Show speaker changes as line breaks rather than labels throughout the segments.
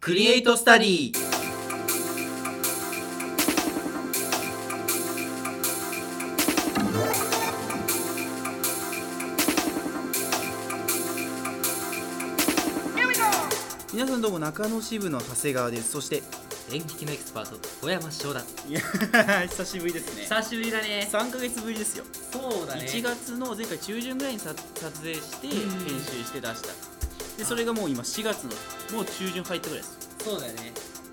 クリエイトスタディ皆さんどうも中野支部の長谷川ですそして
電撃のエキスパート小山翔だ
いや久しぶりですね
久しぶりだね
3ヶ月ぶりですよ、
そうだね
1月の前回中旬ぐらいにさ撮影して編
うん
集して出したでそれがもう今4月のもう中旬入ったぐらいです
そうだね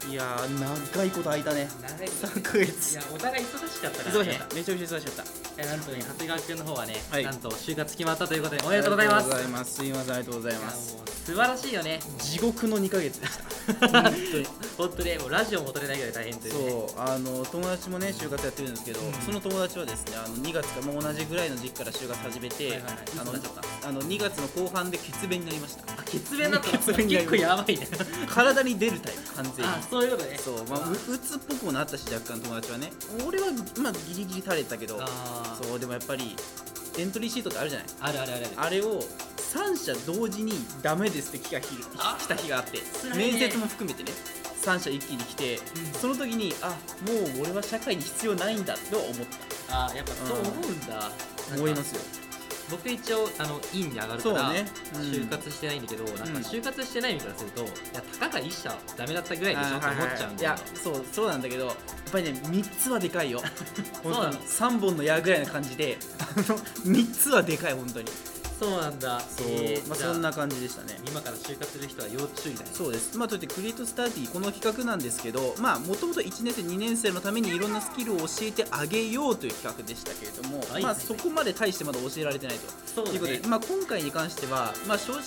いやー長いこと空いたね
長いことね
3ヶ
い
月
やお互い忙しかったから
忙しかっためちゃめちゃ忙しかった
えなんとね長谷川君の方はね、
はい
なんと就活決まったということでお
お
めでとうございますい
ざいますすいませんありがとうござい
や
ま
も
す
う素晴らしいよね
地獄の2ヶ月でした
本当に 本当ねもうラジオも撮れないぐらい大変というね
そうあの友達もね就活やってるんですけど、
うん
その友達はですねあの2月かもう同じぐらいの時期から就活始めて、
はいはいはい
あの
いつになっちゃっ
あの2月の後半で血便になりました
あ血便だったの
血便になり
結
ま
構
した
やばいね
体に出るタイプ完全に
あそういうことね
そうまあううつっぽくもなったし若干友達はね俺はまあギリギリ垂れてたけど
あー
そうでもやっぱりエントリーシートってあるじゃない
あるあるあるある
あれを3社同時にダメですって来た日
あ
来た日があって
辛いね
面接も含めてね3社一気に来て、その時にあもう俺は社会に必要ないんだと思っ
あやっぱそう思うんだ、
た思いますすよ
僕一応あの院に上がるか
そう
ら、
ね、うん
就活してないんだけど、なん
うん
か就活してないみからすると、いやたかが一社ダメだったぐらいでしょ
あ
と
ー
思っちゃう
は
ん
いはいはい
だ
い
よ
や
ね
そうそうなんだけどやっぱりね3つはでかい よ
そ
本
うな
当
の
に3本の矢ぐらいの感じであの3つはでかい本当に
そうなんだ
そう、
えー
まあ、
じゃあ
そんな感じでしたね
今から就活する人は要注意だね
そうですまあといってクリエイトスタディこの企画なんですけどまあもともと1年生2年生のためにいろんなスキルを教えてあげようという企画でしたけれども、
は
ま
いは
あ
いはい
そこまで大してまだ教えられてないと
そう
ということで、まあ、今回に関しては、まあ、正直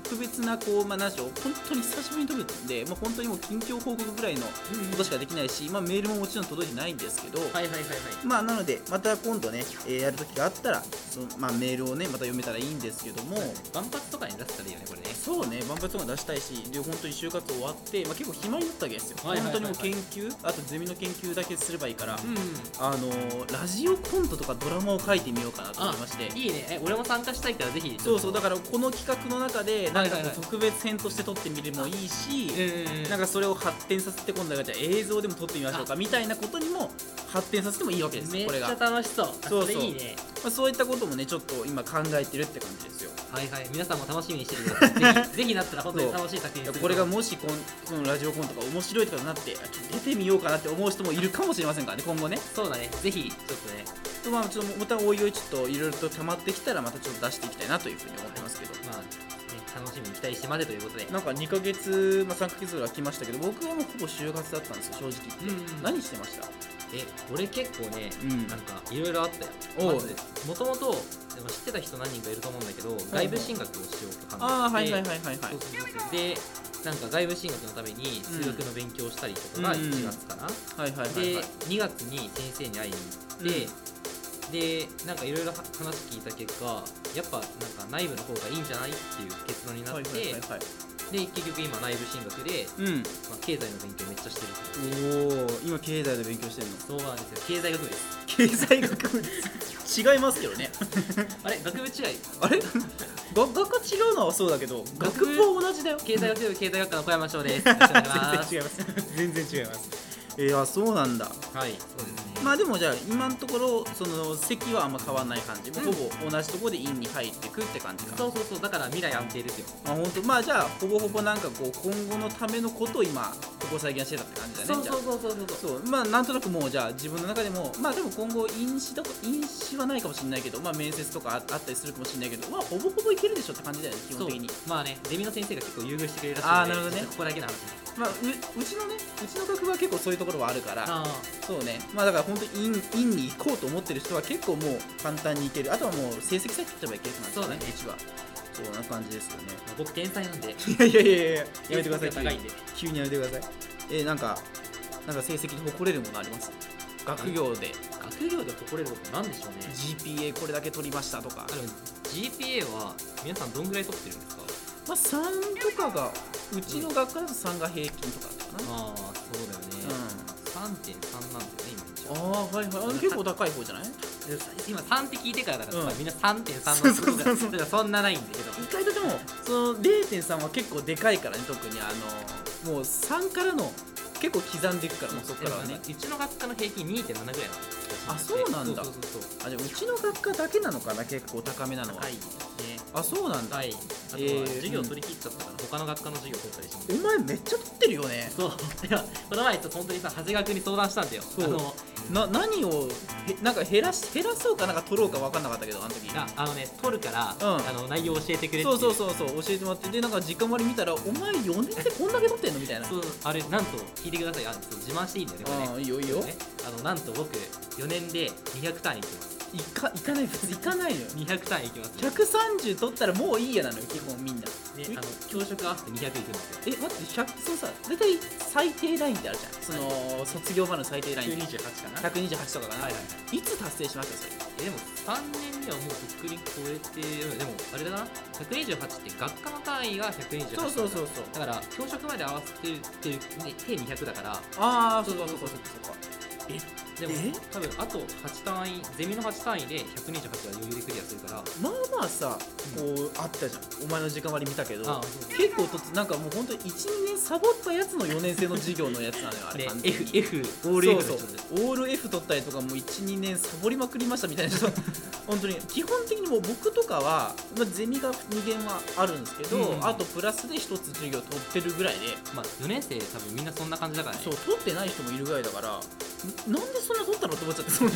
特別なこう、まあ、何でしょう本当に久しぶりに撮るんで、まあ、本当にもう近況報告ぐらいのこ
うんうん
としかできないし、まあ、メールももちろん届いてないんですけど、
はいはいはいはい
まあ、なのでまた今度ね、えーやる時があったらその、まあ、メールをねまた読めたらいいんですけども、
万発とかに出したらいいよねこれね
そうね、万発とか出したいし、で本当に就活終わって、まあ、結構暇になったわけですよ、
はいはいはいはい
本当にもう研究、あとゼミの研究だけすればいいから、
うん
あのーラジオコントとかドラマを書いてみようかなと思いまして、
いいねえ俺も参加したいからぜひ
そうそう、だ
か
からこの企画の中で、
は
ないん
は
か
いはい
こう特別編として撮ってみてもいいし、
うん
なんかそれを発展させて、今度はじゃあ映像でも撮ってみましょうかみたいなことにも発展させてもいいわけです
め
よ、
っ
これ
ち
が。
ゃ
ま
楽しそうあ
そうそう
れいいね
あ、そういったこともね、ちょっと今考えてるって感じですよ。
はいはい皆さんも楽しみにしててくだ さいぜひぜひなったら本当に楽しい作
い
品に
や
すると
これがもしこんこのラジオコントが面白いとかになってあちょっと出てみようかなって思う人もいるかもしれませんからね今後ね
そうだねぜひちょっとね
とまあちょっとまたおいおいちょっといろいろと溜まってきたらまたちょっと出していきたいなというふうに思ってますけど
まあね楽しみに期待してまでということで
なんか2ヶ月、まあ、3ヶ月ぐらい来ましたけど僕はもうほぼ就活だったんですよ正直言って、
うんうん
何してました
え俺結構ね、
うん
なんかいろいろあったよ
おう
まずもともとでも知ってた人何人かいると思うんだけど外部進学をしようと考えて
ああはいはいはいはいはい
そうそうそうでなんか外部進学のために数学の勉強をしたりとかが
うん
1月かな、
はいはいはい
で
はい
2月に先生に会いに行って、でなんかいろいろ話聞いた結果やっぱなんか内部の方がいいんじゃないっていう結論になっ
はい
て、
はいはいはい
で結局今内部進学で、
うん
まあ、経済の勉強めっちゃしてる
おお今経済で勉強してるの
そうなんですよ経済学部です
経済学部 違いますけどね
あれ学部違い
あれ が学科違うのはそうだけど学部は同じだよ
経済学部経済学科の小山翔で す。よろしくお願いします
全然違います全然違い ますいやそうなんだ
はい、そうですね。
まあでもじゃあ今のところその席はあんま変わらない感じ、もうほぼ同じところで院に入ってくって感じか
そうそうそう、だから未来安定ですよ。
あ本当まあじゃあほぼほぼなんかこう今後のためのことを今ここ最近はしてたって感じだねじゃあ
そうそうそうそ
そ
う。
うまあなんとなくもうじゃあ自分の中でもまあでも今後飲酒とか飲酒はないかもしれないけどまあ面接とかああったりするかもしれないけどまあほぼほぼいけるでしょって感じだよね基
そ
本
う
的に
まあね、ゼミの先生が結構優遇してくれるらしいんで
あーなるほどね
ちょっとここだけの話ね。
まあううちのねうちの学部は結構そういうところはあるから
あ
そうね、まあだから本当に院院に行こうと思ってる人は結構もう簡単に行ける、あとはもう成績さえ取ってばいけるって感じ
そうだね
うちは。そうな感じですよね。
ー僕天才なんで、
いやいやいやいや、やめてください、
成績が高いんで。
急に。急にやめてください。えー、なんか、なんか成績に誇れるものあります学業で
学業で誇れることなんでしょうね。
GPA これだけ取りましたとか
あ、、でも GPA は皆さんどんぐらい取ってるんですか
まあ、3とかが、うちの学科だと3が平均とかだったかな。
ああ、そうだよね。
う
3.3なんだよね、今一応。
ん、ああ、はいはいあ。結構高い方じゃない
今3って聞いてからだから、
うん
みんな3.3
そうそ
の
うそうそう
だからそんなないんだけど
意外とでもその0.3は結構でかいからね特にあのもう3からの結構刻んでいくからもうそこからは
で
ね
もうちの学科の平均2.7ぐらいなの
あそうなんだ
そうそうそうそう
あじゃあうちの学科だけなのかな結構高めなのは、
高いね
あそうなんだ、
高いあとは
えー
授業取り切っちゃったから、他の学科の授業取ったりします
お前めっちゃ取ってるよね
そういやこの前ちょっと本当にさ長谷川君に相談したんだよ
う
あの
な何をへなんか減らし減らそうかなんか取ろうか分かんなかったけどあの時
いやあのね取るから、
うん
あの内容教えてくれってい
そうそうそうそう教えてもらってでなんか時間割り見たらお前4年でこんだけ取ってんのみたいな
そうあれなんと聞いてくださいあのそう自慢していいんだよねこれね
ああいいよいいよ
ねあのなんと僕4年で200単位いきます
いかいかない普通いかないのよ
200単位いきますね
130取ったらもういいやなのよ基本みんな
であの教職合わせて200いくんですよ
え待って100そのさ大体最低ラインってあるじゃんその、卒業までの最低ライン
128かな
128とかかな、、
はいはい
つ達成しましたそれ
えでも3年にはもうとっくに超えてるでもあれだな128って学科の単位が128
そうそうそううそう
だから教職まで合わせてるっていうね計200だから
ああそうかそうかそうかそうか
でも
え
多分あと8単位ゼミの8単位で128は余裕でクリアするから
まあまあさこ
う
うあったじゃんお前の時間割り見たけど
ああそう
結構とつなんかもう本当に12年サボったやつの4年生の授業のやつなのよあれ
で
完全に
F, F オール F
そう
の人で
そうオール F 取ったりとかもう12年サボりまくりましたみた いな本当に基本的にもう僕とかは、まあ、ゼミが2限はあるんですけど、
うん
あとプラスで1つ授業取ってるぐらいで、
まあ4年生多分みんなそんな感じだからね
そう取ってない人もいるぐらいだからんなんでそんな取ったのって思っちゃって その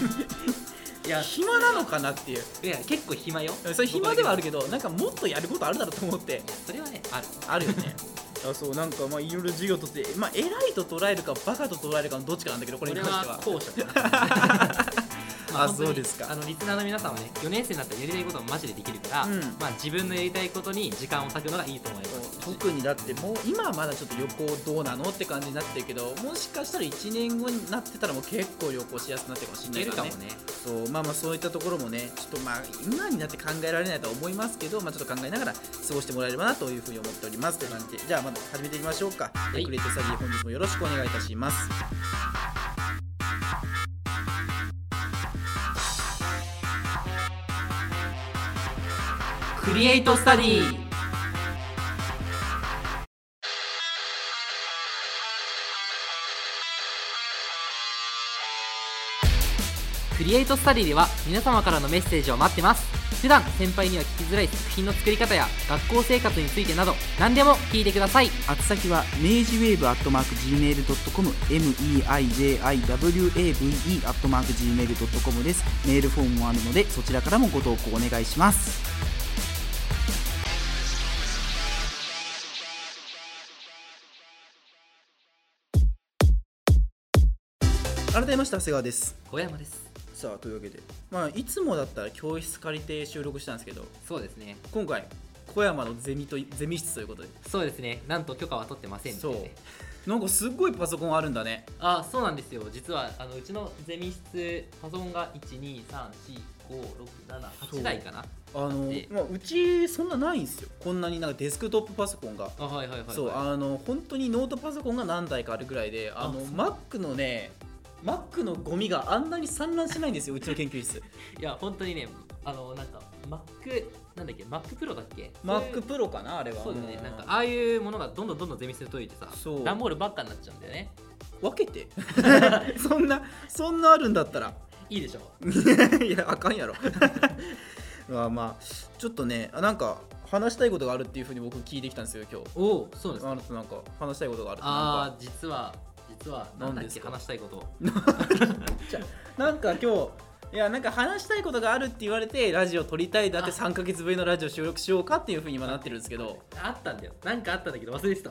いや
暇なのかなっていう
いや結構暇よ
それ暇ではあるけどなんかもっとやることあるだろうと思って
それはねある
あるよね あそうなんかまあいろいろ授業取って、まあ、偉いと捉えるかバカと捉えるかのどっちかなんだけどこ
こ
れ
れ
に関して
は
は
後者だな
あ
本当に
そうですか
あのリスナーの皆さんはね4年生になったらやりたいこともマジでできるから、
うん
まあ、自分のやりたいことに時間を割くのがいいと思います
特にだってもう今はまだちょっと旅行どうなのって感じになってるけどもしかしたら1年後になってたらもう結構旅行しやすくなってるかもしれ
い
な
け
い
る
か
からも
ね
ね
そうまあまあそういったところもねちょっとまあ今になって考えられないとは思いますけど、まあ、ちょっと考えながら過ごしてもらえればなというふうに思っておりますという感じでじゃあまず始めていきましょうか、
い
えクレイトサギ本日もよろしくお願いいたします
クリエイトスタディクリエイトスタディでは皆様からのメッセージを待ってます普段先輩には聞きづらい作品の作り方や学校生活についてなど何でも聞いてください
宛先は明治ウェーブアットマーク Gmail.com meijiwave アットマーク Gmail.com ですメールフォームもあるのでそちらからもご投稿お願いします
改めまして長谷川です
小山です
さあというわけでまあいつもだったら教室借りて収録したんですけど
そうですね
今回小山のゼミといゼミ室ということで
そうですねなんと許可は取ってません
そうなんかすっごいパソコンあるんだね
あそうなんですよ実はあのうちのゼミ室パソコンが1234567台かな
あの
え
まあ、うちそんなないんですよこんなになんかデスクトップパソコンが、
あはいはいはい、はい、
そうあの本当にノートパソコンが何台かあるぐらいであの
あそう
Mac のね Mac のゴミがあんなに散乱しないんですようちの研究室
いや本当にねあのなんか Mac なんだっけ MacPro だっけ
MacPro かなあれは
そういうそうだよね
ん
なんかああいうものがどんどんどんどんゼミ室で解いてさ
そう
段ボールばっかになっちゃうんだよね
分け てそんなそんなあるんだったら
いいでしょ
いやあかんやろ まあまあちょっとねあなんか話したいことがあるっていうふうに僕聞いてきたんですよ今日
おおそうです
あなたなんか話したいことがあるってなんか
ああ実は実はなんだ
何
っ
です
け
か
話したいこと
なんか今日いやなんか話したいことがあるって言われてラジオ撮りたいだって
あ
3か月ぶりのラジオ収録しようかっていうふうに今なってるんですけど、
あったんだよなんかあったんだけど忘れてた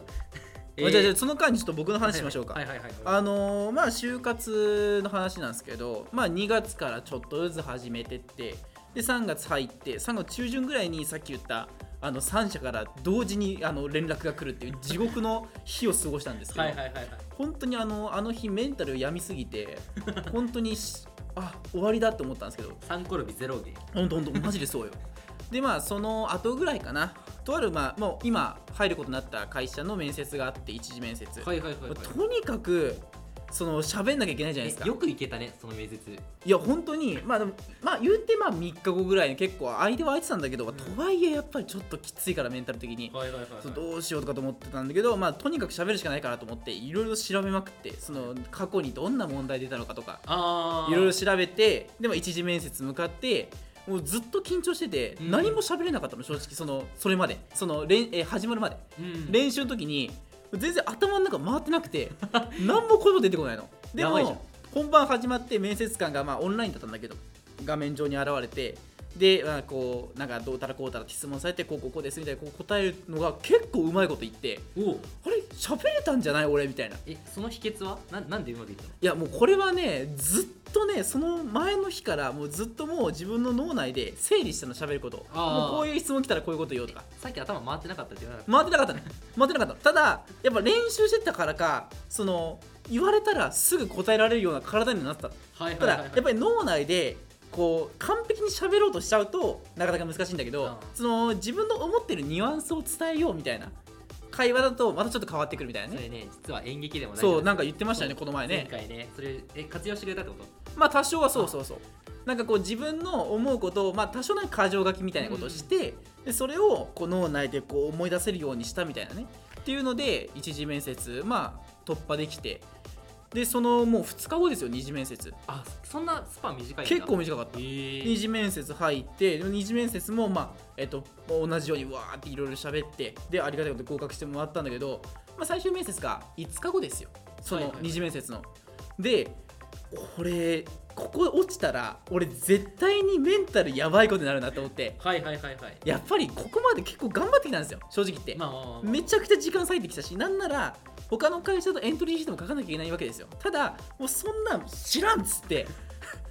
まあじゃあじゃあその間にちょっと僕の話しましょうか、
はいはいはい、はい、
あのーまあ就活の話なんですけど、まあ、2月からちょっとずつ始めてってで3月入って3月中旬ぐらいにさっき言ったあの3社から同時にあの連絡が来るっていう地獄の日を過ごしたんですけど
はいはいはいはい
本当にあのあの日メンタル病みすぎて本当にしあ終わりだって思ったんですけど
サンコロビゼロゲー
ほんとほんとマジでそうよでまあその後ぐらいかなとあるまあもう今入ることになった会社の面接があって一次面接、
はいはいはい、はい、
とにかくその喋んなきゃいけないじゃないです
え
か
よくいけたねその面接
いや本当にまあでもまあ言うてまあ3日後ぐらいに結構相手は空いてたんだけど、とはいえやっぱりちょっときついからメンタル的に、
はいはいはい、
そうどうしようとかと思ってたんだけど、まあ、とにかく喋るしかないからと思っていろいろ調べまくってその過去にどんな問題出たのかとか
ああ
いろいろ調べてでも一次面接向かってもうずっと緊張してて、
うん
何も喋れなかったの正直そのそれまでそのれんえー始まるまで、
うん
練習の時に全然頭の中回ってなく て何も声も出てこないので
やばいじゃん
も本番始まって面接官がまあオンラインだったんだけど画面上に現れてで、まあ、こうなんかどうたらこうたらって質問されてこうこうこうですみたいなこう答えるのが結構うまいこと言って
おう
あれ喋れたんじゃない俺みたいな
えその秘訣はなんなんでうまくいったの
いやもうこれはねずっとねその前の日からもうずっともう自分の脳内で整理したの喋ること
あー
もうこういう質問来たらこういうこと言おうとか
さっき頭回ってなかったって言わなかっ
回ってなかったね回ってなかったただやっぱ練習してたからかその言われたらすぐ答えられるような体になってた
たはい
ただやっぱり脳内でこう完璧に喋ろうとしちゃうとなかなか難しいんだけど、
うん
その自分の思ってるニュアンスを伝えようみたいな会話だとまたちょっと変わってくるみたいな
そ
ね
れね実は演劇でもない
そうなん
か
か言ってましたよねこの前ね
前回ねそれえ活用してくれたってこと
まあ多少はそうそうそうなんかこう自分の思うことを、まあ、多少なり過剰書きみたいなことをして、でそれをこう脳内でこう思い出せるようにしたみたいなねっていうので一次面接、まあ、突破できてでそのもう2日後ですよ二次面接
あそんなスパン短いんだ
結構
へ
短かった
え
二次面接入ってで二次面接も、まあえっと同じようにわーっていろいろ喋ってでありがたいこと合格してもらったんだけど、まあ、最終面接が5日後ですよそ
はい
の
はいはい
二次面接の。でこれここ落ちたら俺絶対にメンタルやばいことになるなと思って
はいはいはいはい
やっぱりここまで結構頑張ってきたんですよ正直言って。
まあまあまあまあ
めちゃくちゃ時間割いてきたしなんなら他の会社とエントリーシートも書かなきゃいけないわけですよただもうそんなん知らんっつって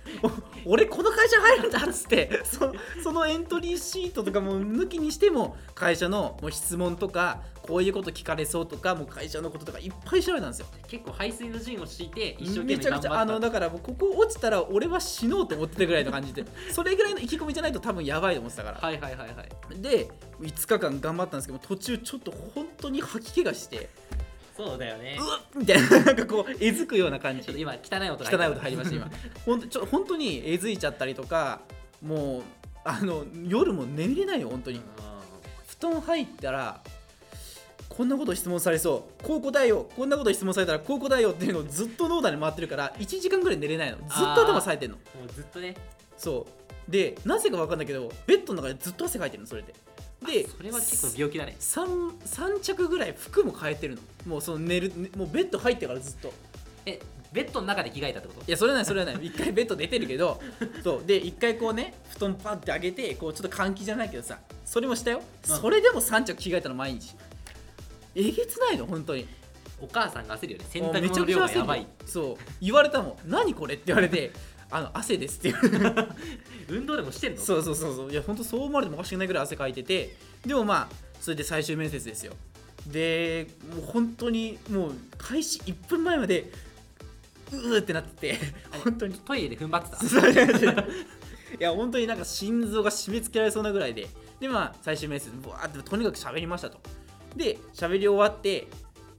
お俺この会社入るんだっつってそそのエントリーシートとかも抜きにしても会社のもう質問とかこういうこと聞かれそうとかもう会社のこととかいっぱい調べたんですよ
結構排水の陣を敷いて一生懸
め
命
ちゃく
頑張っ
ち
た
ゃあのだからもうここ落ちたら俺は死のうと思ってたぐらいの感 じでそれぐらいの意気込みじゃないと多分やばいと思ってたから
はいはいはいはい
で5日間頑張ったんですけど途中ちょっと本当に吐き気がして
そうだよね
うわっみたいななんかこうえずくような感
ちょっと
じ
今汚い音
汚いこと入りましたた今本当ちょ本当にえずいちゃったりとかもうあの夜も眠れないよ本当に布団入ったらこんなこと質問されそうこう答えようこんなこと質問されたらこう答えようっていうのをずっと脳内に回ってるから1時間ぐらい寝れないのずっと頭冴えてんの
もうずっとね
そうでなぜか分かんないけどベッドの中でずっと汗かいてるのそれでで
それは結構病気だね
3, 3着ぐらい服も変えてるのもうその寝るねもうベッド入ってからずっと
えベッドの中で着替えたってこと
いやそれはないそれはない一回ベッド出てるけどそうで一回こうね布団パッて上げてこうちょっと換気じゃないけどさそれもしたよ、
うん
それでも3着着替えたの毎日えげつないの本当に
お母さんが焦るよね洗
もう
濯
め
物
ち
の
ゃくち
量
ゃ
が
汗
やばい
そう言われたもん「何これ?」って言われて 「あの汗です」って 言われて
運動でもしてんの
そうそうそうそういや本当そう思われてもおかしくないぐらい汗かいててでもまあそれで最終面接ですよでもう本当にもう開始1分前までうーってなってて本当に
トイレで踏ん張ってた
いや本当になんか心臓が締め付けられそうなぐらいででまあ最終面接ぶわーってとにかく喋りましたとで喋り終わって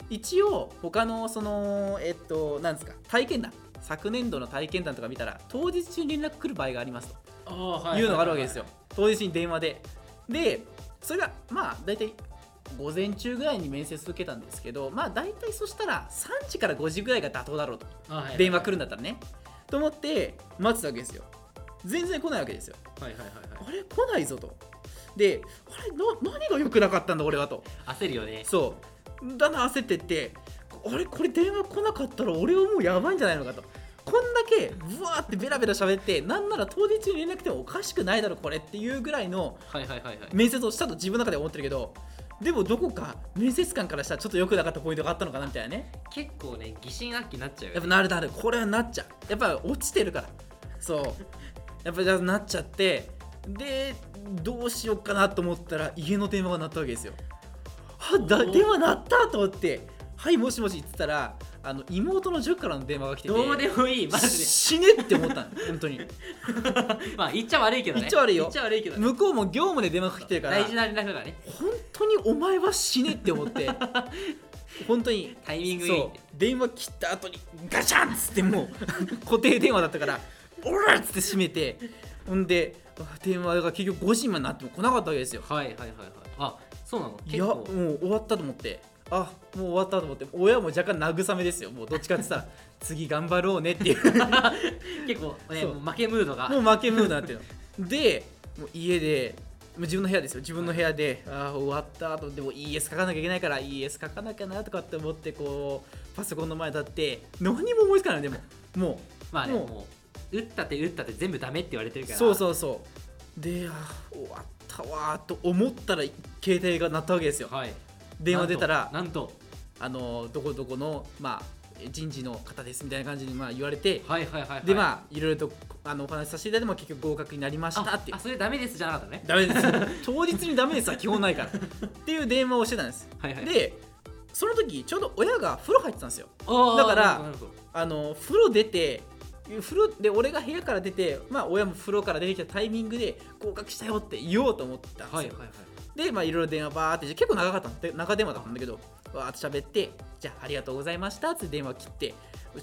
一応他のそのえっとなんですか体験談昨年度の体験談とか見たら当日中に連絡来る場合がありますと
あ
いうのがあるわけですよ、当日に電話ででそれがまあ大体午前中ぐらいに面接受けたんですけどまあ大体そしたら3時から5時ぐらいが妥当だろうと電話来るんだったらねと思って待ってたわけですよ全然来ないわけですよ
はいはいはいは
あれ来ないぞとであれな何が良くなかったんだ俺はと
い焦るよね
そうだんだん焦ってってあれこれ電話来なかったら俺はもうやばいんじゃないのかとこんだけぶわーってベラベラ喋ってなんなら当日に連絡来てもおかしくないだろこれっていうぐらいの
はいはいはいはい
面接をしたと自分の中では思ってるけどでもどこか面接官からしたらちょっと良くなかったポイントがあったのかなみたいなね
結構ね疑心暗鬼になっちゃう
やっ
よ
ぱ
ね
なるなるこれはなっちゃうやっぱ落ちてるからそうやっぱじゃあなっちゃってでどうしようかなと思ったら家の電話が鳴ったわけですよはだ
お
電話鳴ったと思って「はいもしもし」って言ったらあの妹の塾からの電話が来てて
どうでも いいマジ
死ねって思っ たの本当に
でまあ言っちゃ悪いけどね
言っちゃ悪いよ
言っちゃ悪いけどね
向こうも業務で電話が来てるから
大事な連絡だね
本当にお前は死ねって思って本当に
タイミングいい
そう電話切った後にガチャンっつってもう 固定電話だったから「おら!」っつって閉めてほんで電話が結局5時までなっても来なかったわけですよ
はいはいはいはいあそうなの
い
結
やも
構
う終わったと思ってあもう終わったと思って親も若干慰めですよもうどっちかって言ったら 次頑張ろうねっていう
結構ね
そう
もう負けムードが
もう負けムードになってるのでもう家でもう自分の部屋ですよ自分の部屋で、あー終わったとでも ES 書かなきゃいけないから ES 書かなきゃなとかって思ってこうパソコンの前立って何も思いつかないでもも
まあね
もう
もう打ったって打ったって全部ダメって言われてる
う
から
そうそうそうであー終わったわーと思ったら携帯が鳴ったわけですよ
はい
電話出たら
なんと
あのどこどこの、まあ、人事の方ですみたいな感じにまあ言われて、
なんとはいはいはい、はい、
で
あ
まあいろいろとあのお話しさせていただいても結局合格になりましたっていう
あそれダメですじゃなかったのね
ダメです当日にダメですは基本ないからっていう電話をしてたんです
はいはい
でその時ちょうど親が風呂入ってたんですよ
あー
だから
なるほどなる
あの風呂出て風呂で俺が部屋から出て、まあ、親も風呂から出てきたタイミングで合格したよって言おうと思ってたんです
ほ
よ、
どはいはいはい
で、まあ、いろいろ電話バーって結構長かったんで長電話だったんだけどわーっと喋ってじゃあありがとうございましたって電話切って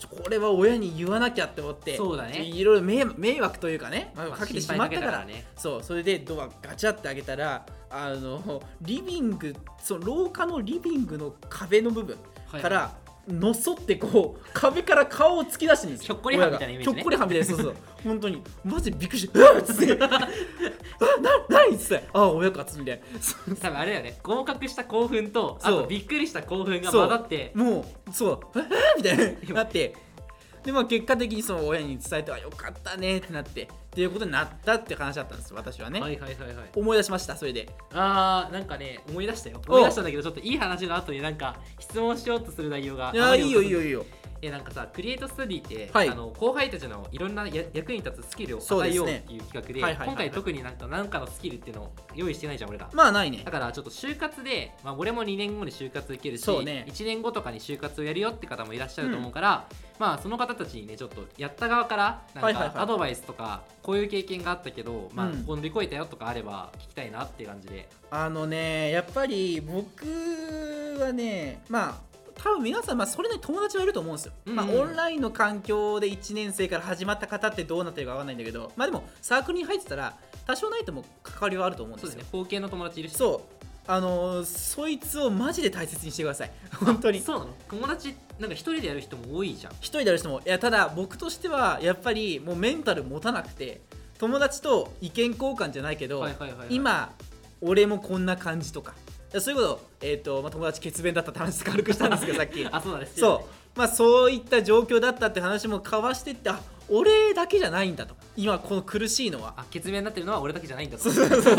ちょこれは親に言わなきゃって思って
そうだね
いろいろ迷迷惑というかね、まあ
まあ
かけてしまったから,、
心配かけたからね
そうそれでドアガチャって開けたらあのリビングその廊下のリビングの壁の部分
はい
から、のそってこう壁から顔を突き出してるんですよ。
ひょっこりはんみたいなイメー
親が
ジね
ひょっこりはんみたいな、そう そう。本当に、マジでびっくりして、うわっつって、あ、な、なにっつって、あ、親かっつってみたいな。そう
多分あれだよね合格した興奮とあ
そう
とびっくりした興奮が混ざって
もうそうえーみたいになってでまあ結果的にその親に伝えてはよかったねってなってっていうことになったっていう話だったんです私はね、
はいはいはいはい
思い出しましたそれで
あーなんかね思い出したよ
お
思い出したんだけどちょっといい話の後になんか質問しようとする内容が
いや
あま
ー
り
いいよいいよいいよ
えなんかさクリエイトスタディって、
はい
あの後輩たちのいろんなや役に立つスキルを
そう
与
で
え
す
ようっ
ね
ていう企画で
はいはいはいはい
今回特になんかなんかのスキルっていうのを用意してないじゃん俺ら
まあないね
だからちょっと就活で、まあ、俺も2年後に就活受けるし、
そうね
1年後とかに就活をやるよって方もいらっしゃると思うから、まあその方たちにねちょっとやった側からな
は
ん
いはいはい
かアドバイスとかこういう経験があったけど、まあ
うん
ここ乗り越えたよとかあれば聞きたいなって感じで、
あのねやっぱり僕はねまあ多分皆さん、まあ、それなりに友達はいると思うんですよ、
うん
まあ、オンラインの環境で1年生から始まった方ってどうなってるかわかんないんだけどまあでもサークルに入ってたら多少ないとも関わりはあると思うんで
そ
す
う
よ
ですね後継の友達いるし
そうあのーそいつをマジで大切にしてください本当に
そうなの友達なんか一人でやる人も多いじゃん
一人である人もいやただ僕としてはやっぱりもうメンタル持たなくて友達と意見交換じゃないけど、
はいはいはいはい
今俺もこんな感じとかそういうこと、えーとまあ、友達血便だったって話軽くしたんですけどさっき
あそうだね
そう、まあ、そういった状況だったって話も交わしてってあ俺だけじゃないんだと今この苦しいのは
あ血面になってるのは俺だけじゃないんだ
そ
と
うそうそう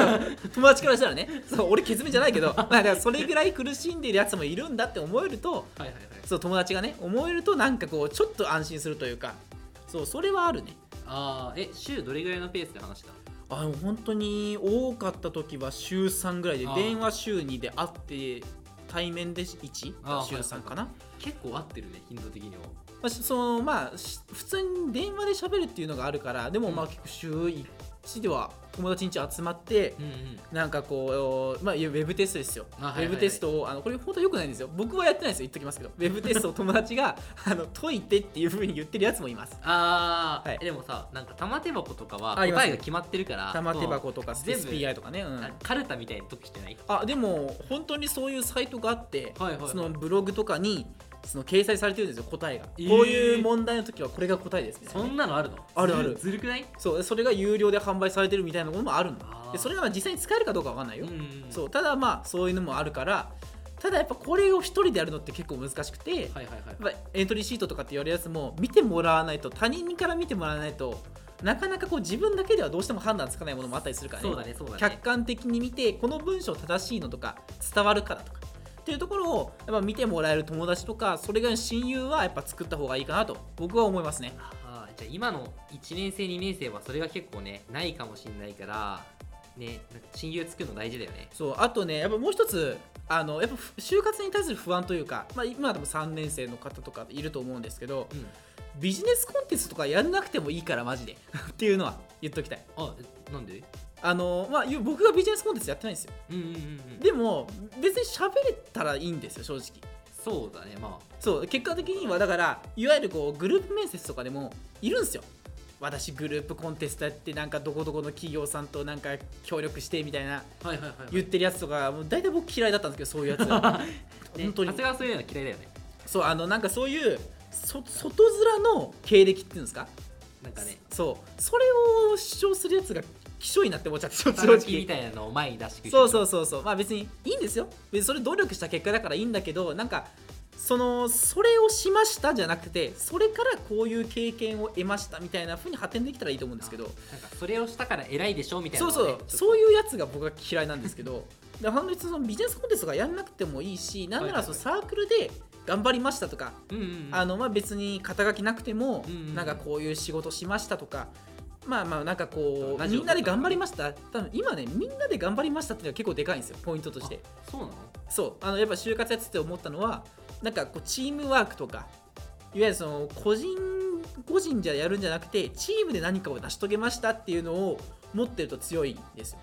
友達からしたらねそう俺ケツメじゃないけどまあだからそれぐらい苦しんでるやつもいるんだって思えると
はいはいはい
そう友達がね思えるとなんかこうちょっと安心するというかそうそれはあるね
あーえ週どれぐらいのペースで話した
あでも本当に多かった時は週3ぐらいで
あー
電話週2で会って対面で1
あー
週3かな、
結構合ってるね頻度的にも
まあ、しそのまあし普通に電話で喋るっていうのがあるからでもまあ結構週1では友達ん家集まって、
うんうん
なんかこう、まあ、いやウェブテストですよ、
あはいはいはい
ウェブテストをあのこれ本当よくないんですよ僕はやってないですよ言っときますけどウェブテストを友達があの解いてっていうふうに言ってるやつもいます
あー、
はい
えでもさなんか玉手箱とかは
あります
答えが決まってるから
玉手箱とか
全部
SPI とかね、う
その
ん、
カルタみたいに解きしてない
あでも本当にそういうサイトがあって、
はいはいはい
そのブログとかにその掲載されてるんですよ答えが、
えー
こういう問題の時はこれが答えですね
そんなのあるの
ある
ず
ある
ずるくない
そうそれが有料で販売されてるみたいなものもあるんだ
あー
でそれがまあ実際に使えるかどうかわかんないよ、
ん
そううただまあそういうのもあるからただやっぱこれを一人でやるのって結構難しくて、
はいはいはい
やっぱエントリーシートとかって言われるやつも見てもらわないと他人から見てもらわないとなかなかこう自分だけではどうしても判断つかないものもあったりするからね
そうだねそうだね
客観的に見てこの文章正しいのとか伝わるかなとかっていうところをやっぱ見てもらえる友達とかそれが親友はやっぱ作った方がいいかなと僕は思いますね
あーじゃあ今の1年生2年生はそれが結構ねないかもしれないからねなんか親友作るの大事だよね
そうあとねやっぱもう一つあのやっぱ就活に対する不安というか、まあ、今でも3年生の方とかいると思うんですけど
うん
ビジネスコンテストとかやんなくてもいいからマジで っていうのは言っときたい
あえなんで
あのまあ、ゆ僕がビジネスコンテンツやってないんですよ
うんうんうんうん
でも別に喋れたらいいんですよ正直
そうだねまあ
そう結果的にはだからいわゆるこうグループ面接とかでもいるんですよ私グループコンテストやってなんかどこどこの企業さんとなんか協力してみたいな
はいはいはい、
言ってるやつとかもう大体僕嫌いだったんですけどそういうやつ 本当に
長谷川そういうの嫌いだよね
そうあのなんかそういうそ外面の経歴っていうんですか
なんかね
そうそれを主張するやつがきしょいなって思 っちゃって 正
働きみ
直
たいなのを前に出してくる
そうそうそうそうまあ別にいいんですよ別にそれ努力した結果だからいいんだけどなんかそのそれをしましたじゃなくてそれからこういう経験を得ましたみたいな風に発展できたらいいと思うんですけど
なんかそれをしたから偉いでしょみたいな
そう
のをね、
そうそういうやつが僕は嫌いなんですけどだから別にそのビジネスコンテストがやんなくてもいいしなんならそのサークルで頑張りましたとか
う、うんうんうん、
あのまあ、別に肩書きなくても、
うんうん
なんかこういう仕事しましたとか、まあまあ、なんか
そう
こう、
ラジオ
みんなで頑張りました、多分今ね、みんなで頑張りましたっていうのは結構でかいんですよ、ポイントとして。
あそうなの
そうあのやっぱ就活やってて思ったのは、なんかこうチームワークとか、いわゆるその個人個人じゃやるんじゃなくて、チームで何かを成し遂げましたっていうのを持ってると強いんですよ。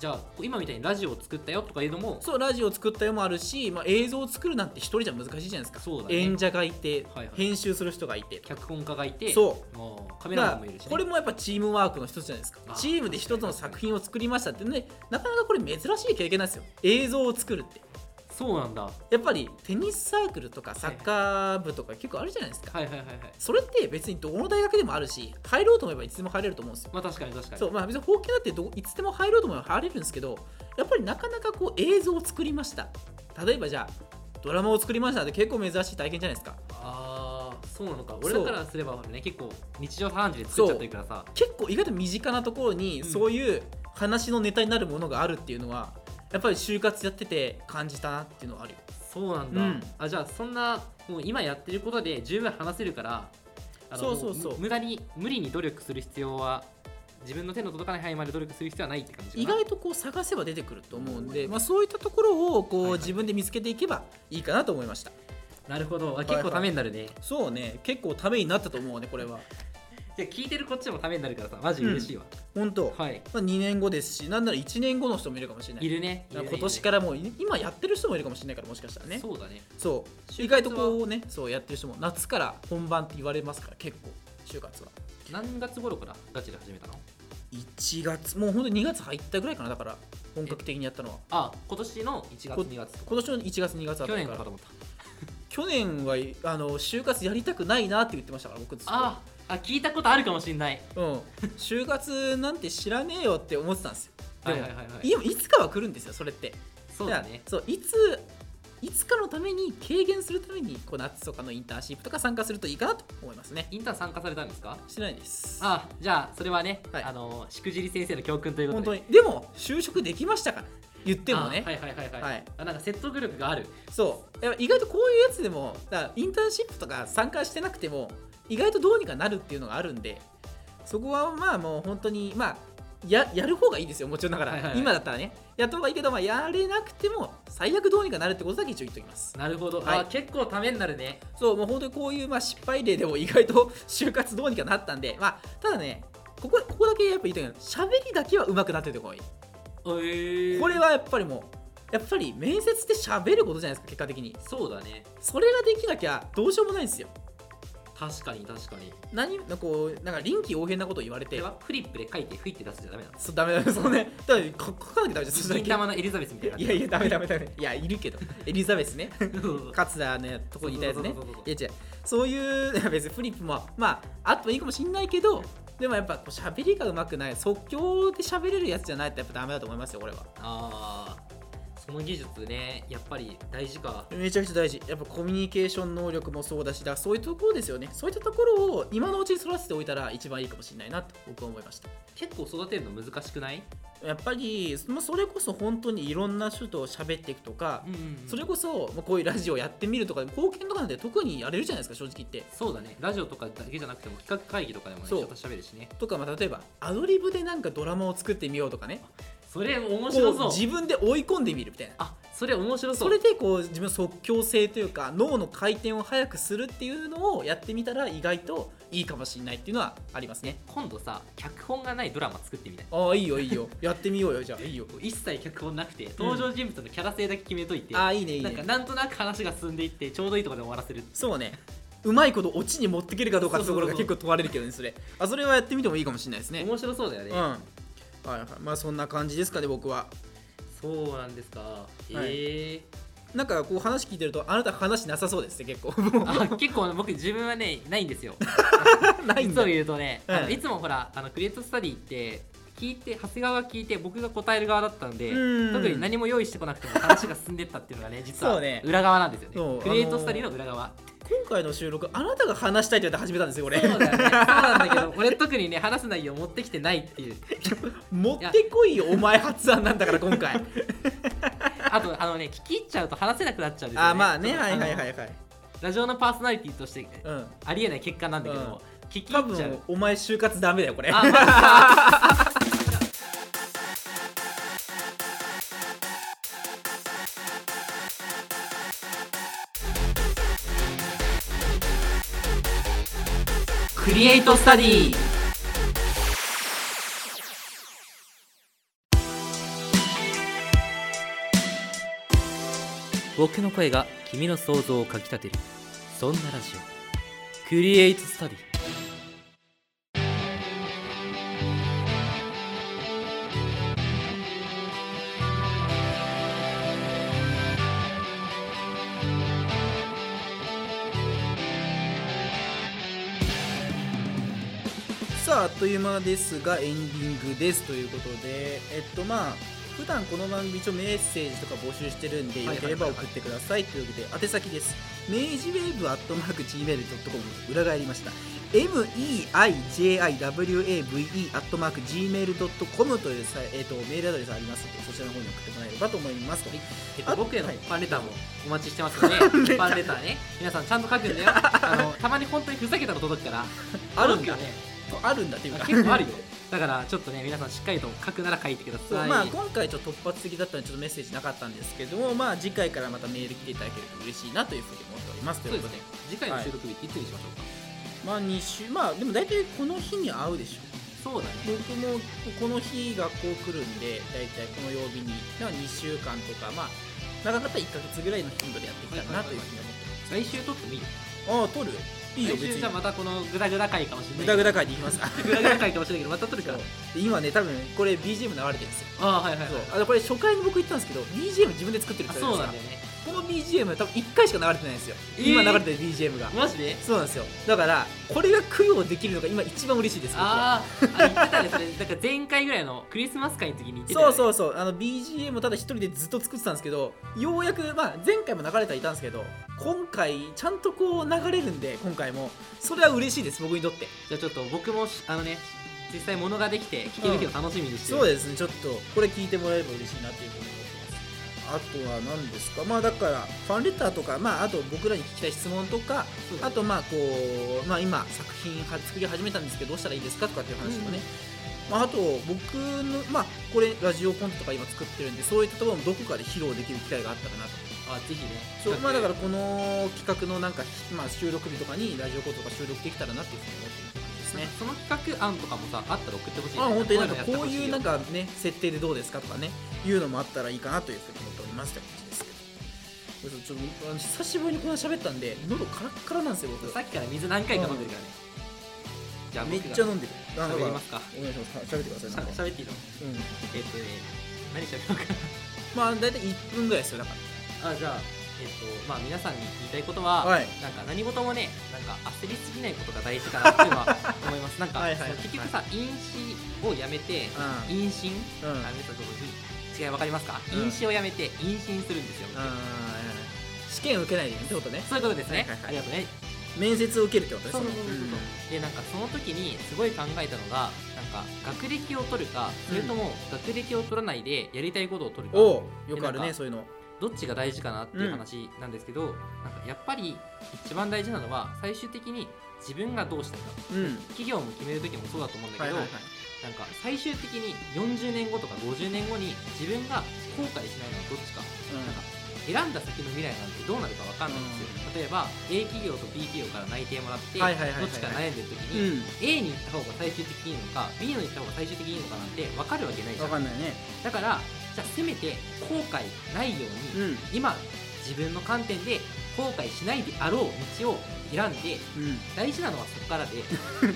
じゃあ今みたいにラジオを作ったよとかいうのも
そう、ラジオ作ったよもあるし、まあ、映像を作るなんて一人じゃ難しいじゃないですか。
そうだね
演者がいて、
はいはい
編集する人がいて。
脚本家がいて
そう
もうカメラマンもいるし、ね、
これもやっぱチームワークの一つじゃないですか
あー
チームで一つの作品を作りましたってねなかなかこれ珍しい経験なんですよ映像を作るって
そうなんだは
やっぱりテニスサークルとかサッカー部とか結構あるじゃないですか、
いはいはいはい
それって別にどの大学でもあるし入ろうと思えばいつでも入れると思うんですよ
まあ確かに確かに
そうまあ別に法規だってどいつでも入ろうと思えば入れるんですけどやっぱりなかなかこう映像を作りました例えばじゃあドラマを作りましたって結構珍しい体験じゃないですか
ああそうなのか
そう
俺らからすればね結構日常茶飯事で作っちゃってるからさ
結構意外と身近なところに
うん
そういう話のネタになるものがあるっていうのはやっぱり就活やってて感じたなっていうのはあるよ
そうなんだ、
うん
あじゃあそんなもう今やってることで十分話せるからあの
そうそう
も
そう
む無駄に無理に努力する必要は自分の手の届かない範囲まで努力する必要はないって感じかな
意外とこう探せば出てくると思うんで、まあ、そういったところを
はい
こ
は
う
い
自分で見つけていけばいいかなと思いました、
なるほどあ
い
結構ためになるね、
そうね結構ためになったと思うねこれはい
や聞いてるこっちもためになるからさマジ嬉しいわ、
本当、
はい
まあ、2年後ですしなんなら1年後の人もいるかもしれない
いるねい
だ
る
か
ね
ら今年からもうい今やってる人もいるかもしれないからもしかしたらね
そうだね
そう
就活は
意外とこうねそうやってる人も夏から本番って言われますから結構就活は
何月頃からガチで始めたの
1月もう本当に2月入ったぐらいかなだから本格的にやったのは
あ今年の1月
こ
2月
今年の1月2月あた
去
り
年
か
からと思った
去年はあの就活やりたくないなって言ってましたから僕ずっと
ああ聞いたことあるかもしんない
うん、就活なんて知らねえよって思ってたんですよでも、
はいはいはいはい
いいつかは来るんですよそれって
そうだね
からそういついつかのために軽減するためにこう夏とかのインターンシップとか参加するといいかなと思いますね
インターン参加されたんですか
してないです
あじゃあそれはね、
はい
あのしくじり先生の教訓ということ
本
で
当にでも就職できましたから言ってもね
あはいはいはいはい、
はい
あなんか説得力がある
そうやっぱ意外とこういうやつでもだからインターンシップとか参加してなくても意外とどうにかなるっていうのがあるんでそこはまあもう本当にまあややる方がいいですよもちろんだから、
はいはいはい
今だったらねやった方がいいけど、まあ、やれなくても最悪どうにかなるってことだけ一応言っておきます
なるほど、
は
あ
い
結構ためになるね
そうもう本当にこういうまあ失敗例でも意外と就活どうにかなったんでまあただねここここだけやっぱ言いたいのは喋りだけは上手くなってるとこがいい
えー
これはやっぱりもうやっぱり面接って喋ることじゃないですか結果的に
そうだね
それができなきゃどうしようもないんですよ
確かに確かに
何なんかこうなんか臨機応変なこと言われ
これ
て
はフリップで書いて吹いて出すじゃダメな の
そうダメだねそうねだから書かなきゃダメじゃんそれ
金
だ
玉のエリザベスみたいな
けいやいやダメダメダメいやいるけどエリザベスね 勝田のとこにいたやつね
そうそうそうそう
いや違うそういう 別にフリップもまああってもいいかもしんないけどでもやっぱこう喋りがうまくない即興で喋れるやつじゃないとやっぱダメだと思いますよ俺は
あーその技術ねやっぱり大事か
めちゃくちゃ大事やっぱコミュニケーション能力もそうだしだからそういうところですよねそういったところを今のうちに育てておいたら一番いいかもしれないなと僕は思いました
結構育てるの難しくない、
やっぱり、まあ、それこそ本当にいろんな人と喋っていくとか、それこそ、まあ、こういうラジオやってみるとか貢献とかなんて特にやれるじゃないですか正直言って。
そうだねラジオとかだけじゃなくても企画会議とかでもね
そう
人と喋るしね
とか、まあ、例えばアドリブでなんかドラマを作ってみようとかね
それ面
こ
白
う
そう
自分で追い込んでみるみたいな。
あそれ面白そ
そ
う
れでこう自分の即興性というか脳の回転を速くするっていうのをやってみたら意外といいかもしれないっていうのはありますね
今度さ脚本がないドラマ作ってみたい
ああいいよいいよやってみようよじゃあいいよ
一切脚本なくて登場人物のキャラ性だけ決めといて、
ああいいねいい
な
ね
んかなんとなく話が進んでいってちょうどいいところで終わらせる
そうねうまいことオチに持っていけるかどうかってところが
そうそう
結
そ
構問われるけどねそれあそれはやってみてもいいかもしれないですね
面白そうだよね、
うんはいはいまあそんな感じですかね僕は
そうなんですかへえ
なんかこう話聞いてるとあなた話なさそうですね結構
あ結構僕自分はねないんですよ
ないん
実を
だ
言うとね、あの
うん
いつもほらあのクリエイトスタディって聞いて長谷川が聞いて僕が答える側だったので
うん
特に何も用意してこなくても話が進んでったっていうのがね実
そ
は
うね
裏側なんですよね
そう
クリエイトスタディの裏側
今回の収録あなたが話したいって言って始めたんですよ俺
そうだよねそうなんだけど俺特にね話す内容持ってきてないっていう
持ってこいよお前発案なんだから今回
あとあのね聞き入っちゃうと話せなくなっちゃうんですよ、ね、
あまあね
ちょっと
はいはい
あの
はいはい
ラジオのパーソナリティとして
うん
ありえない結果なんだけど、
うん
聞き
多
入っちゃう
分お前就活ダメだよこれ
あ、まあ、クリエイトスタディ僕の声が君の想像をかきたてるそんなラジオクリエイトスタディ
さああっという間ですがエンディングですということでえっとまあ普段この番組一応メッセージとか募集してるんでよ
はい
け
はいはいは
れ
い
ば送ってくださいということで宛先です明治ウェーブアットマーク Gmail.com 裏返りました meijiwave アットマーク Gmail.com というさ、えっとメールアドレスありますのでそちらの方に送ってもらえればと思いますと
はいえっ
あ
と、僕への
はい
ファンレターもお待ちしてます ので、ファンレターね、皆さんちゃんと書くんだよ。あのたまに本当にふざけたの届くから、
あるんだ
届くよね。
あるんだっていう
あ
か
結構あるよ。だからちょっとね、皆さんしっかりと書くなら書いてくだ
そう
さい。
まあ、今回ちょっと突発的だったのでちょっとメッセージなかったんですけども、まあ、次回からまたメール来ていただけると嬉しいなというふうに思っておりますと
そう
い
で
うこ
す
と
ね
で。
次回の収録日っていつにしましょうか。
まあ2週まあでも大体この日に合うでしょ
そうだね。
僕もこの日学校来るんで大体この曜日にだから2週間とかまあ長かったら1か月ぐらいの頻度でやっていきたいなというふうに思って
来週撮ってもいい。
ますああ取るいいよ
来
別
週
に
じゃあまたこのグダグダ回かもしれない。
グダグダ。会でいきますか
グダグダ回かもしれないけど、また撮るか
そう。で今ね多分これ BGM 流れてるんで すよ
ああ、はいはいはい。
そうあのこれ初回に僕言ったんですけど BGM 自分で作ってる
あ
って
そう
じゃ
な
なんい
だ
で
よ
すか
ね。
この BGM 多分1回しか流れてないんですよ、
えー
今流れてる BGM が
マジで
そうなんですよだからこれが供養できるのが今一番嬉しいです僕は
あーあ、言ってたね、それ。なんか前回ぐらいのクリスマス会の時に言ってたよ
そ
ね
うそうそうあの BGM をただ一人でずっと作ってたんですけどようやく、まあ、前回も流れてはいたんですけど今回ちゃんとこう流れるんで今回もそれは嬉しいです僕にとって
じゃあちょっと僕もしあのね実際物ができて聞ける日を楽しみにしてる、
そうですねちょっとこれ聞いてもらえれば嬉しいなっていうふうに思ってますあとは何ですかまあだからファンレターとかまああと僕らに聞きたい質問とか
そうだ
あとまあこう、まあ、今作品は作り始めたんですけどどうしたらいいですかとかっていう話もね、まあ、あと僕のまあこれラジオコントとか今作ってるんでそういったところもどこかで披露できる機会があったらなと
あぜひね
そうまあだから
ら
この企画のなんか、まあ、収録日とかにラジオコントとか収録できたらなっていうふうに思ってるんですね
その企画案とかもさあったら送ってほしい、
まあ本当になんか
う
こういうなん
か
かね設定でどうですかとかねいうのもあったらいいかなというふうに思っておりますって感じですけどちょっとあの久しぶりにこんな喋ったんで喉カラッカラなんですよ僕
さっきから水何回か飲んでるからね、じゃあ
めっ
僕が
ちゃ飲んでるあ
喋りますか
お願いします喋ってください
し
な
ゃ
んか
喋っていいの
うん
えっとね何喋ろうか
まあ大体1分ぐらいですよだか
あじゃあえっとまあ皆さんに言いたいことは、
はい
なんか何事もねなんか焦りすぎないことが大事かなっていうのは思いますなんか、
はいはい
その結局さ飲酒をやめて、
らうん
飲酒、
うん
あ皆さんご存知違いわかりますか、
うん
飲酒をやめて飲酒するんですよ、
あー試験受けないでってことね
そういうことですね、
はいはいはい
ありがとうね
面接を受けるってことね
そうそうそうそう、
の
でなんかその時にすごい考えたのがなんか学歴を取るかそれとも学歴を取らないでやりたいことを取る
う
か、
んおうよくある
なん
ね
か
そういうの
どっちが大事かなっていう話なんですけど、なんかやっぱり一番大事なのは最終的に自分がどうしたいか
うん
企業も決める時もそうだと思うんだけど、
はいはいはい
なんか最終的に40年後とか50年後に自分が後悔しないのはどっちかなんか選んだ先の未来なんてどうなるか分かんないんですよ、例えば A 企業と B 企業から内定もらってど
はいはいはいはいはい
っちか悩んでる時
うん
に、A に行った方が最終的にいいのか B のに行った方が最終的にいいのかなんて分かるわけないじゃ
分
ん
かんないね
だからじゃあせめて後悔ないよう
う
に、
ん
今自分の観点で後悔しないであろう道を選んで
うん
大事なのはそこからで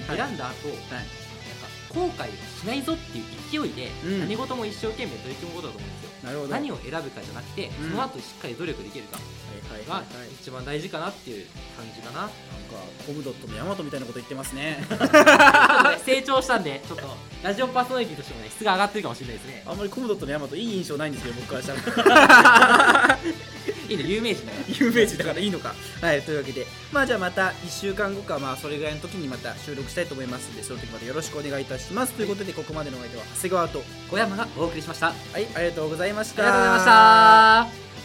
はい
選んだ後、
はい
なんか後悔をしないぞっていう勢いで、
うん
何事も一生懸命取り組むことだと思うんですよ
なるほど
何
を
を選ぶかじゃなくて、
うん
その後しっかり努力できるか
はいはいは
が
い、はい、
一番大事かなっていう感じ かな、
なんかコブドットのヤマトみたいなこと言ってますね
ちょっとね成長したんでちょっとラジオパーソナリティとしてもね質が上がってるかもしれないですね
あんまりコブドットのヤマトいい印象ないんですけど僕からしたら
いいね有名人だ から
有名人だからいいのか。はい、というわけで、まあじゃあまた1週間後か、まあそれぐらいの時にまた収録したいと思いますので、その時までよろしくお願いいたします。ということで、ここまでのお相手は長谷川と、
小山がお送りしましたあり
はい、ありがとうございました。
がとうございました